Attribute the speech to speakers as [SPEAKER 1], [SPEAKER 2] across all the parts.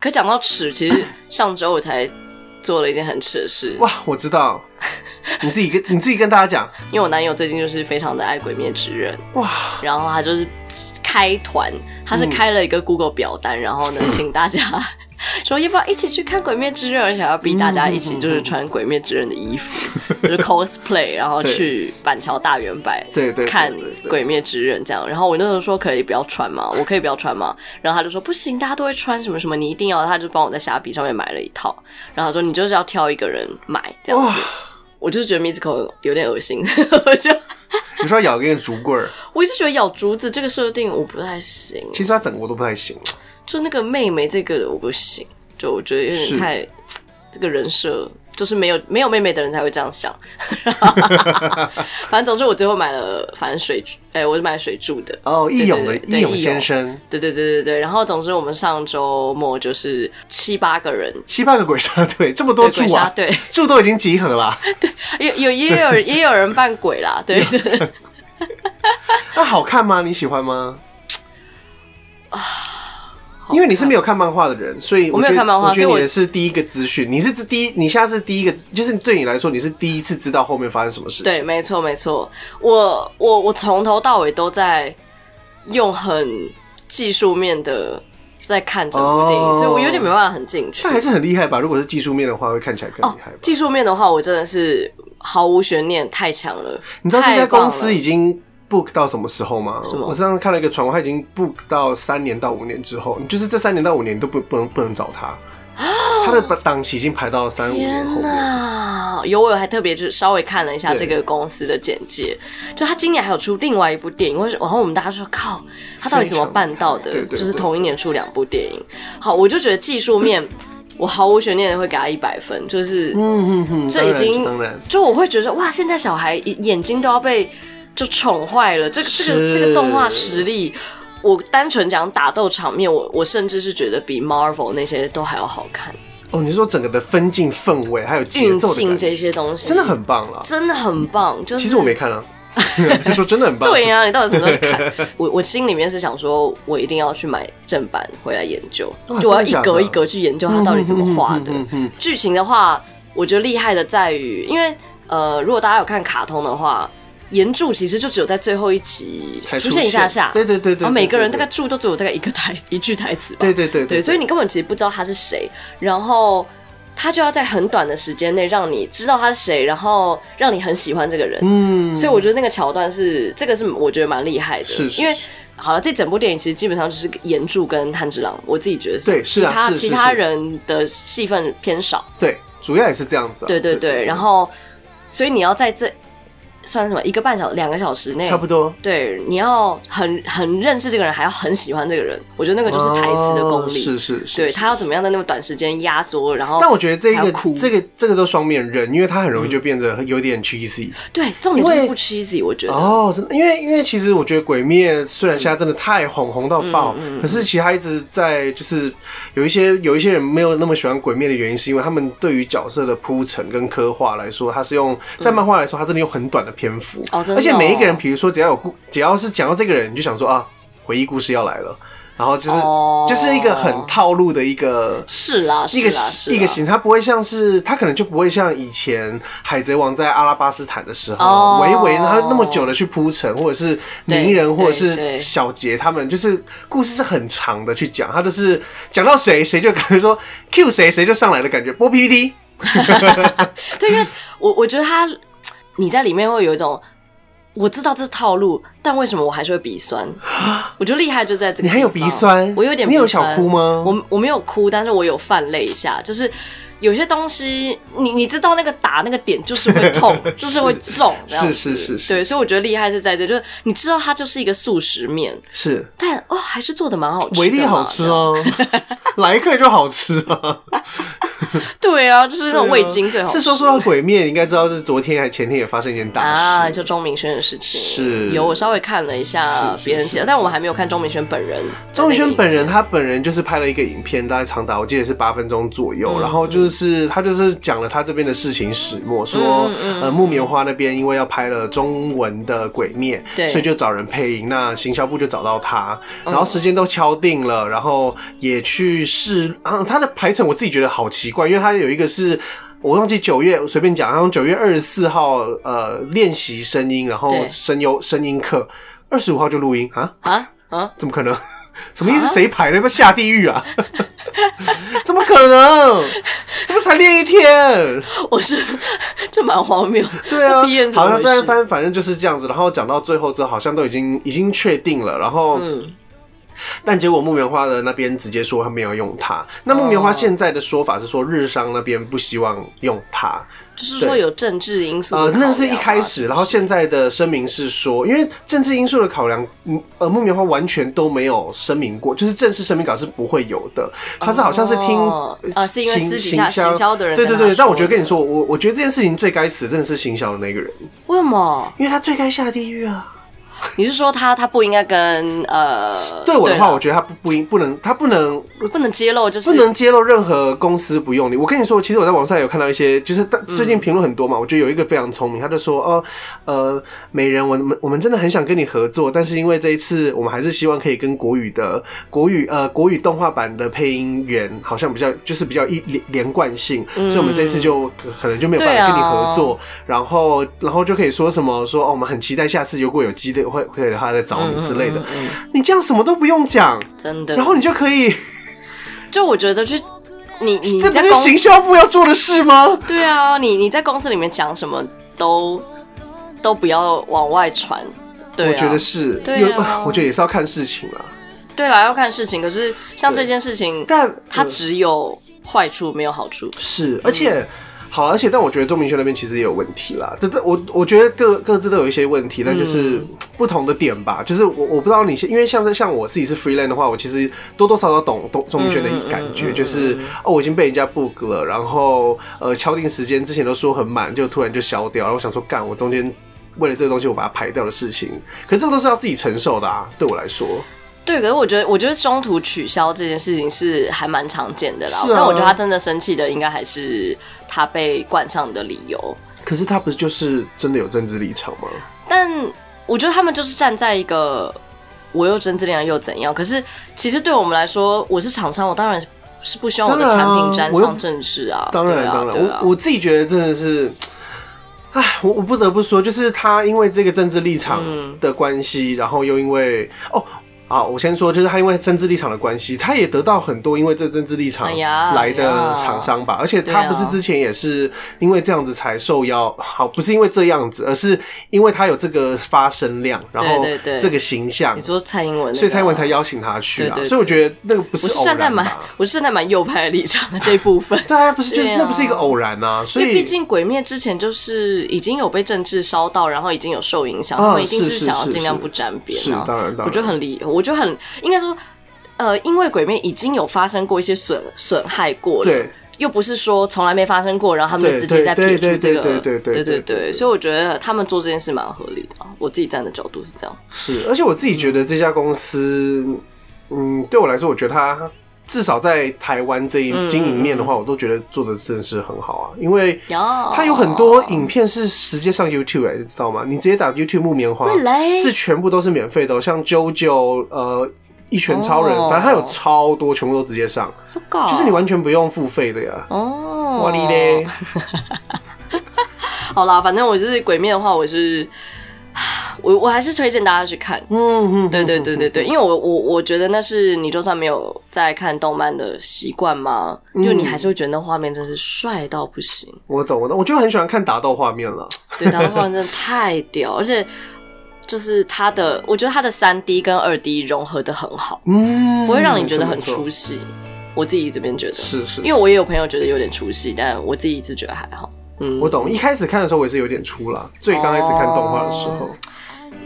[SPEAKER 1] 可讲到耻，其实上周我才做了一件很耻的事，
[SPEAKER 2] 哇，我知道，你自己跟你自己跟大家讲，
[SPEAKER 1] 因为我男友最近就是非常的爱《鬼灭之刃》，
[SPEAKER 2] 哇，
[SPEAKER 1] 然后他就是开团，他
[SPEAKER 2] 嗯
[SPEAKER 1] 是开了一个 Google 表单，然 后呢，请大家 说要不要一起去看《鬼灭之刃》，而且要逼大家一起
[SPEAKER 2] 嗯
[SPEAKER 1] 就是穿《鬼灭之刃》的衣服，就是 cosplay，然后
[SPEAKER 2] 对
[SPEAKER 1] 去板桥大圆柏
[SPEAKER 2] 对对对
[SPEAKER 1] 看
[SPEAKER 2] 对对
[SPEAKER 1] 《鬼灭之刃》这样。然后我那时候说可以不要穿嘛，我可以不要穿嘛，然后他就说不行，大家都会穿什么什么，你一定要。他就帮我在虾皮上面买了一套，然后他说你就是要挑一个人买这样
[SPEAKER 2] 哇
[SPEAKER 1] 子。我就是觉得 Mizuko 有点恶心，我就
[SPEAKER 2] 你说咬个竹棍儿，
[SPEAKER 1] 我一直觉得咬竹子这个设定我不太行，
[SPEAKER 2] 其实他整个我都不太行，
[SPEAKER 1] 就是那个妹妹这个我不行，就我觉得有
[SPEAKER 2] 是
[SPEAKER 1] 点太这个人设，就是没有没有妹妹的人才会这样想。 反正总之我最后买了，反正水，哎、我是买水柱的。
[SPEAKER 2] 哦，义勇的
[SPEAKER 1] 对对对
[SPEAKER 2] 义勇
[SPEAKER 1] 义勇
[SPEAKER 2] 先生，
[SPEAKER 1] 对对对对对，然后总之我们上周末就是七八个人，
[SPEAKER 2] 七八个鬼杀队，这么
[SPEAKER 1] 对
[SPEAKER 2] 多
[SPEAKER 1] 鬼
[SPEAKER 2] 柱
[SPEAKER 1] 杀
[SPEAKER 2] 啊，
[SPEAKER 1] 队，
[SPEAKER 2] 柱都已经集合了，
[SPEAKER 1] 有有也有也有人扮鬼啦，对对对
[SPEAKER 2] 那好看吗？你喜欢吗？因为你是没有看漫画的人，所以
[SPEAKER 1] 啊我没有
[SPEAKER 2] 觉得
[SPEAKER 1] 看漫画
[SPEAKER 2] 我觉
[SPEAKER 1] 所以
[SPEAKER 2] 得
[SPEAKER 1] 我
[SPEAKER 2] 你也是第一个资讯，你是第一，你现在是第一个，就是对你来说，你是第一次知道后面发生什么事情。
[SPEAKER 1] 对，没错没错，我我我从头到尾都在用很技术面的在看整部电影
[SPEAKER 2] 哦
[SPEAKER 1] 所以我有点没办法很进去
[SPEAKER 2] 但。还是很厉害吧？如果是技术面的话，会看起来更
[SPEAKER 1] 哦
[SPEAKER 2] 厉害吧？，
[SPEAKER 1] 技术面的话，我真的是毫无悬念，太强了。
[SPEAKER 2] 你知道这
[SPEAKER 1] 太
[SPEAKER 2] 家
[SPEAKER 1] 棒
[SPEAKER 2] 公司
[SPEAKER 1] 了
[SPEAKER 2] 已经 book 到什么时候吗
[SPEAKER 1] 什？么
[SPEAKER 2] 我上次看了一个传闻，他已经 book 到三年到五年之后，就是这三年到五年都不不能不能找他，他的档期已经排到三五年后
[SPEAKER 1] 天
[SPEAKER 2] 面。
[SPEAKER 1] 呐，有我有还特别就是稍微看了一下这
[SPEAKER 2] 对
[SPEAKER 1] 个公司的简介，就他今年还有出另外一部电影，我就然后我们大家说靠，他到底怎么办到的？
[SPEAKER 2] 非常厉害对对
[SPEAKER 1] 就是同一年出两部电影。好，我就觉得技术面， 我毫无悬念的会给他一百分，就是
[SPEAKER 2] 嗯嗯嗯，
[SPEAKER 1] 这已经
[SPEAKER 2] 当然当然
[SPEAKER 1] 就我会觉得哇，现在小孩眼睛都要被就宠坏了，这个这个
[SPEAKER 2] 是
[SPEAKER 1] 这个动画实力。我单纯讲打斗场面，我我甚至是觉得比 Marvel 那些都还要好看，
[SPEAKER 2] 哦，你是说整个的分镜氛围还有节
[SPEAKER 1] 运
[SPEAKER 2] 奏的
[SPEAKER 1] 镜
[SPEAKER 2] 感觉
[SPEAKER 1] 这些东西
[SPEAKER 2] 真的很棒了。
[SPEAKER 1] 真的很棒。就是
[SPEAKER 2] 其实我没看啊，你说真的很棒。
[SPEAKER 1] 对啊呀、你到底什么时候看？ 我我心里面是想说，我一定要去买正版回来研究，
[SPEAKER 2] 哇
[SPEAKER 1] 就我要一
[SPEAKER 2] 真的假的
[SPEAKER 1] 格一格去研究它到底怎么画的
[SPEAKER 2] 嗯。嗯嗯嗯嗯
[SPEAKER 1] 剧情的话，我觉得厉害的在于，因为呃，如果大家有看卡通的话，岩柱其实就只有在最后一集
[SPEAKER 2] 才
[SPEAKER 1] 出现一下下，
[SPEAKER 2] 对对对对，
[SPEAKER 1] 然后每个人大概
[SPEAKER 2] 对
[SPEAKER 1] 柱都只有大概一个台 一句台词吧，
[SPEAKER 2] 对对对
[SPEAKER 1] 对，所以你根本其实不知道他是谁，然后他就要在很短的时间内让你知道他是谁，然后让你很喜欢这个人，
[SPEAKER 2] 嗯，
[SPEAKER 1] 所以我觉得那个桥段是这个是我觉得蛮厉害的，
[SPEAKER 2] 是是
[SPEAKER 1] 因为
[SPEAKER 2] 是
[SPEAKER 1] 好了，这整部电影其实基本上就是岩柱跟炭治郎，我自己觉得
[SPEAKER 2] 对是啊
[SPEAKER 1] 其他
[SPEAKER 2] 是是
[SPEAKER 1] 其他
[SPEAKER 2] 是
[SPEAKER 1] 人的戏份偏少，
[SPEAKER 2] 对主要也是这样子啊。
[SPEAKER 1] 对对对，然后所以你要在这算什么一个半小两个小时内
[SPEAKER 2] 差不多
[SPEAKER 1] 对，你要很很认识这个人，还要很喜欢这个人，我觉得那个就是台词的功
[SPEAKER 2] 哦
[SPEAKER 1] 力。
[SPEAKER 2] 是是是，
[SPEAKER 1] 对
[SPEAKER 2] 是
[SPEAKER 1] 他要怎么样在那么短时间压缩，然后
[SPEAKER 2] 但我觉得这
[SPEAKER 1] 还要
[SPEAKER 2] 个
[SPEAKER 1] 哭
[SPEAKER 2] 这个这个都双面刃，因为它很容易就变得有点 cheesy。
[SPEAKER 1] 对重点就
[SPEAKER 2] 因
[SPEAKER 1] 是
[SPEAKER 2] 为
[SPEAKER 1] 不 cheesy，我觉得、
[SPEAKER 2] 哦，真的，因为因为其实我觉得《鬼灭》虽然现在真的太红红到爆，
[SPEAKER 1] 嗯
[SPEAKER 2] 可是其实它一直在就是有一些有一些人没有那么喜欢《鬼灭》的原因，是因为他们对于角色的铺陈跟刻画来说，它是用在漫画来说，它真的用很短的篇幅，
[SPEAKER 1] 嗯哦真的
[SPEAKER 2] 而且每一个人，
[SPEAKER 1] 哦
[SPEAKER 2] 比如说只要有故，只要是讲到这个人，你就想说啊，回忆故事要来了，然后就是、
[SPEAKER 1] 哦
[SPEAKER 2] 就是一个很套路的一个
[SPEAKER 1] 是啦，是
[SPEAKER 2] 一
[SPEAKER 1] 啦，
[SPEAKER 2] 个
[SPEAKER 1] 是啦
[SPEAKER 2] 一个形式，它不会像是它可能就不会像以前海贼王在阿拉巴斯坦的时
[SPEAKER 1] 哦
[SPEAKER 2] 候，维维他那么久的去铺陈，或者是
[SPEAKER 1] 对
[SPEAKER 2] 鸣人或者
[SPEAKER 1] 对对
[SPEAKER 2] 是小杰他们，就是故事是很长的去讲，他就是讲到谁谁就感觉说 Q 谁谁就上来的感觉，播 PPT
[SPEAKER 1] 对，因为我我觉得他你在里面会有一种。我知道这是套路，但为什么我还是会鼻酸？我觉得厉害就在这个地
[SPEAKER 2] 你
[SPEAKER 1] 方。
[SPEAKER 2] 还有鼻酸
[SPEAKER 1] 我有点
[SPEAKER 2] 你有
[SPEAKER 1] 鼻酸
[SPEAKER 2] 小哭吗
[SPEAKER 1] 我我没有哭，但是我有泛泪一下，就是有些东西，你你知道那个打那个点就是会 痛，就是会中，这样子
[SPEAKER 2] 是是是是
[SPEAKER 1] 对，所以我觉得厉害是在这，就是你知道它就是一个速食面，
[SPEAKER 2] 是
[SPEAKER 1] 但哦还是做的蛮好吃的嘛，
[SPEAKER 2] 维力好吃哦，来一克就好吃啊，
[SPEAKER 1] 对啊，就是那种味精最好吃。
[SPEAKER 2] 是说说到鬼灭，你应该知道是昨天还前天也发生一件大事
[SPEAKER 1] 啊，就钟明轩的事情
[SPEAKER 2] 是
[SPEAKER 1] 有我稍微看了一下别人介绍，但我还没有看钟明轩本人。
[SPEAKER 2] 钟宇轩本人，他本人就是拍了一个影片，大概长达我记得是八分钟左右，
[SPEAKER 1] 嗯
[SPEAKER 2] 然后就是他就是讲了他这边的事情始末，
[SPEAKER 1] 嗯
[SPEAKER 2] 说、呃木棉花那边因为要拍了中文的《鬼灭》，
[SPEAKER 1] 对哦
[SPEAKER 2] 所以就找人配音，那行销部就找到他，然后时间都敲定了，然后也去试，啊、他的排程我自己觉得好奇怪，因为他有一个是。我忘记九月，我随便讲，好像九月二十四号，呃，练习声音，然后
[SPEAKER 1] 对
[SPEAKER 2] 声优声音课，二十五号就录音啊，
[SPEAKER 1] 啊啊，
[SPEAKER 2] 怎么可能？ 什么意思？谁排的？要不要下地狱啊？ 怎么可能？怎么才练一天？
[SPEAKER 1] 我是 这蛮荒谬。
[SPEAKER 2] 对 啊
[SPEAKER 1] 毕业是，怎
[SPEAKER 2] 好
[SPEAKER 1] 么
[SPEAKER 2] 像
[SPEAKER 1] 回
[SPEAKER 2] 反
[SPEAKER 1] 事
[SPEAKER 2] 正反正反正就是这样子。然后讲到最后之后，好像都已经已经确定了。然后，
[SPEAKER 1] 嗯
[SPEAKER 2] 但结果木棉花的那边直接说他没有用它。那木
[SPEAKER 1] 哦
[SPEAKER 2] 棉花现在的说法是说日商那边不希望用它。
[SPEAKER 1] 就是说有政治因素的
[SPEAKER 2] 呃，
[SPEAKER 1] 考量啊。
[SPEAKER 2] 那是一开始，然后现在的声明是说，因为政治因素的考量，嗯，呃，木棉花完全都没有声明过，就是正式声明稿是不会有的。他是好像是听
[SPEAKER 1] 哦啊是因为私底下行销的人
[SPEAKER 2] 对对
[SPEAKER 1] 跟他
[SPEAKER 2] 对。但我觉
[SPEAKER 1] 说
[SPEAKER 2] 得
[SPEAKER 1] 的
[SPEAKER 2] 跟你说，我我觉得这件事情最该死，真的是行销的那个人，
[SPEAKER 1] 为什么？
[SPEAKER 2] 因为他最该下地狱啊。
[SPEAKER 1] 你是说他他不应该跟呃？
[SPEAKER 2] 对我的话，
[SPEAKER 1] 啦
[SPEAKER 2] 我觉得他不不应不能，他不能
[SPEAKER 1] 不能揭露，就是
[SPEAKER 2] 不能揭露任何公司不用你。我跟你说，其实我在网上有看到一些，就是大最近评论很多嘛，我觉得有一个非常聪明，他就说哦，呃，美人，我们我们真的很想跟你合作，但是因为这一次我们还是希望可以跟国语的国语呃国语动画版的配音员好像比较就是比较一连连贯性，所以我们这次就可可能就没有办法跟你合作，然后然后就可以说什么说哦，我们很期待下次如果有机会会会的话再找
[SPEAKER 1] 嗯
[SPEAKER 2] 你之类的。你这样什么都不用讲，
[SPEAKER 1] 真的
[SPEAKER 2] 然。后你就可以。
[SPEAKER 1] 就我觉得去你你
[SPEAKER 2] 这不
[SPEAKER 1] 在
[SPEAKER 2] 是
[SPEAKER 1] 公司
[SPEAKER 2] 行销部要做的事吗？
[SPEAKER 1] 对啊，你你在公司里面讲什么都都不要往外传。对、啊，
[SPEAKER 2] 我觉得是，
[SPEAKER 1] 对啊
[SPEAKER 2] 有啊我觉得也是要看事情啊啦。
[SPEAKER 1] 对啦，要看事情。可是像这件事情，
[SPEAKER 2] 但
[SPEAKER 1] 它
[SPEAKER 2] 呃
[SPEAKER 1] 只有坏处没有好处。
[SPEAKER 2] 是，而且。好，而且但我觉得钟明轩那边其实也有问题啦，对对，我我觉得各各自都有一些问题，但就是不同的点吧。就是我我不知道你，因为像在像我自己是 freelance 的话，我其实多多少少懂懂钟明轩的感觉，就是哦，我已经被人家 book 了，然后呃敲定时间之前都说很满，就突然就消掉，然后我想说干，我中间为了这个东西我把它排掉的事情，可是这个都是要自己承受的啊，对我来说，
[SPEAKER 1] 对，可是我觉得，我觉得中途取消这件事情是还蛮常见的啦。
[SPEAKER 2] 是啊
[SPEAKER 1] 但我觉得他真的生气的，应该还是他被冠上的理由。
[SPEAKER 2] 可是他不是就是真的有政治立场吗？
[SPEAKER 1] 但我觉得他们就是站在一个我又真这样又怎样？可是其实对我们来说，我是厂商，我当然是不希望我的
[SPEAKER 2] 当然
[SPEAKER 1] 产
[SPEAKER 2] 啊
[SPEAKER 1] 品沾
[SPEAKER 2] 我又
[SPEAKER 1] 上政治啊。
[SPEAKER 2] 当然，
[SPEAKER 1] 对啊
[SPEAKER 2] 当然，
[SPEAKER 1] 对啊
[SPEAKER 2] 我我自己觉得真的是，唉，我我不得不说，就是他因为这个政治立场
[SPEAKER 1] 嗯
[SPEAKER 2] 的关系，然后又因为哦。好，我先说，就是他因为政治立场的关系，他也得到很多因为这政治立场
[SPEAKER 1] 哎呀
[SPEAKER 2] 来
[SPEAKER 1] 哎
[SPEAKER 2] 的
[SPEAKER 1] 呀
[SPEAKER 2] 厂商吧，而且
[SPEAKER 1] 对
[SPEAKER 2] 他
[SPEAKER 1] 啊
[SPEAKER 2] 不是之前也是因为这样子才受邀，好，不是因为这样子，而是因为他有这个发声量，然后
[SPEAKER 1] 对对对
[SPEAKER 2] 这个形象
[SPEAKER 1] 你，说蔡英文那个啊，
[SPEAKER 2] 所以蔡英文才邀请他去啊
[SPEAKER 1] 对，对
[SPEAKER 2] 所以我觉得那个不
[SPEAKER 1] 我
[SPEAKER 2] 是
[SPEAKER 1] 是
[SPEAKER 2] 偶
[SPEAKER 1] 站在
[SPEAKER 2] 然
[SPEAKER 1] 蛮
[SPEAKER 2] 吧。
[SPEAKER 1] 我是站在蛮右派的立场的这一部分。
[SPEAKER 2] 对啊，不是，就是、
[SPEAKER 1] 对啊
[SPEAKER 2] 那不是一个偶然啊，所
[SPEAKER 1] 因为
[SPEAKER 2] 以
[SPEAKER 1] 毕竟《鬼灭》之前就是已经有被政治烧到，然后已经有受影响，
[SPEAKER 2] 啊
[SPEAKER 1] 他们一定
[SPEAKER 2] 是是
[SPEAKER 1] 想要
[SPEAKER 2] 是
[SPEAKER 1] 尽量
[SPEAKER 2] 是
[SPEAKER 1] 不沾边
[SPEAKER 2] 是
[SPEAKER 1] 啊。
[SPEAKER 2] 当然当然，
[SPEAKER 1] 我觉得很理，我觉得很应该说，呃，因为《鬼灭》已经有发生过一些损损害过了，
[SPEAKER 2] 对，
[SPEAKER 1] 又不是说从来没发生过，然后他们就
[SPEAKER 2] 对
[SPEAKER 1] 直接在
[SPEAKER 2] 对
[SPEAKER 1] 撇
[SPEAKER 2] 对
[SPEAKER 1] 出这个，
[SPEAKER 2] 对对对对
[SPEAKER 1] 对
[SPEAKER 2] 对对对
[SPEAKER 1] 所以我觉得他们做这件事蛮合理的啊，我自己站的角度是这
[SPEAKER 2] 啊
[SPEAKER 1] 样。
[SPEAKER 2] 是，而且我自己觉得这家公司，嗯，对我来说，我觉得它至少在台湾这一
[SPEAKER 1] 嗯
[SPEAKER 2] 经营面的话，我都觉得做的真的是很好啊，因为
[SPEAKER 1] 呀，
[SPEAKER 2] 它有很多影片是直接上 YouTube 来、的，知道吗？你直接打 YouTube 木棉花，
[SPEAKER 1] Really？
[SPEAKER 2] 是全部都是免费的哦、像 JoJo 呃。一拳超人
[SPEAKER 1] 哦
[SPEAKER 2] 反正它有超多，全部都直接上，
[SPEAKER 1] So god，
[SPEAKER 2] 就是你完全不用付费的呀。
[SPEAKER 1] 哦，
[SPEAKER 2] 哇哩嘞！
[SPEAKER 1] 好啦，反正我就是鬼灭的话，我是 我我还是推荐大家去看。
[SPEAKER 2] 嗯嗯，
[SPEAKER 1] 对对对对对，因为我我我觉得那是你就算没有在看动漫的习惯嘛，就你还是会觉得那画面真是帅到不行。
[SPEAKER 2] 我懂，我懂，我就很喜欢看打斗画面了。
[SPEAKER 1] 对，他的画面真的太屌，而且就是它的，我觉得它的三 D 跟二 D 融合的很好，
[SPEAKER 2] 嗯，
[SPEAKER 1] 不会让你觉得很
[SPEAKER 2] 没错
[SPEAKER 1] 出。戏。我自己这边觉得，
[SPEAKER 2] 没错是是，
[SPEAKER 1] 因为我也有朋友觉得有点出戏，但我自己是觉得还好。嗯，
[SPEAKER 2] 我懂。一开始看的时候，我也是有点出啦。最刚开始看动画的时候，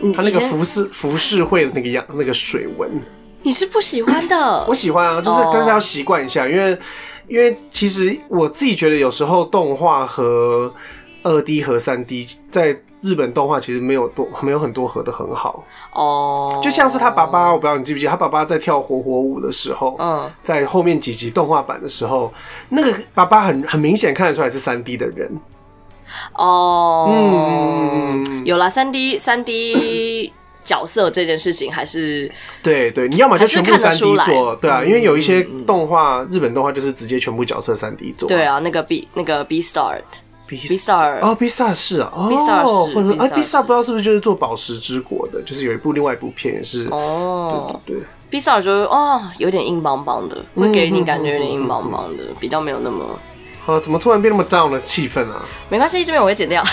[SPEAKER 1] 你
[SPEAKER 2] 它那
[SPEAKER 1] 嗯以
[SPEAKER 2] 个
[SPEAKER 1] 前
[SPEAKER 2] 浮世浮世绘的那个样，那个水纹，
[SPEAKER 1] 你是不喜欢的
[SPEAKER 2] 我喜欢啊，就是
[SPEAKER 1] 哦
[SPEAKER 2] 但是要习惯一下，因为。因为其实我自己觉得有时候动画和二 D 和三 D 在日本动画其实没有多没有很多合的很好，
[SPEAKER 1] 哦，
[SPEAKER 2] 就像是他爸爸，我不知道你记不记得，他爸爸在跳火火舞的时候，
[SPEAKER 1] 嗯，
[SPEAKER 2] 在后面几集动画版的时候，那个爸爸很很明显看得出来是三 D 的人，
[SPEAKER 1] 哦，
[SPEAKER 2] 嗯嗯嗯 嗯
[SPEAKER 1] 有啦，三 D 三 D 角色这件事情还是
[SPEAKER 2] 对对，你要么就全部
[SPEAKER 1] 还是看
[SPEAKER 2] 三
[SPEAKER 1] 得出
[SPEAKER 2] D
[SPEAKER 1] 来嗯
[SPEAKER 2] 做，对啊，因为有一些动画，日本动画就是直接全部角色三 D 做，
[SPEAKER 1] 对啊，那个 B 那个 B Start
[SPEAKER 2] ，B
[SPEAKER 1] B Star
[SPEAKER 2] 哦，B Star 是啊，哦
[SPEAKER 1] B Star 是
[SPEAKER 2] 或者说哎
[SPEAKER 1] B Star 是
[SPEAKER 2] ，B Star 不知道是不是就是做宝石之国的，就是有一部另外一部片也是，
[SPEAKER 1] 哦
[SPEAKER 2] 对对
[SPEAKER 1] ，B Star 就哦有点硬邦邦的，会给你感觉有点硬邦邦
[SPEAKER 2] 嗯
[SPEAKER 1] 的，比较没有那么。
[SPEAKER 2] 好，怎么突然变那么 down 的气氛啊？
[SPEAKER 1] 没关系，这边我会剪掉。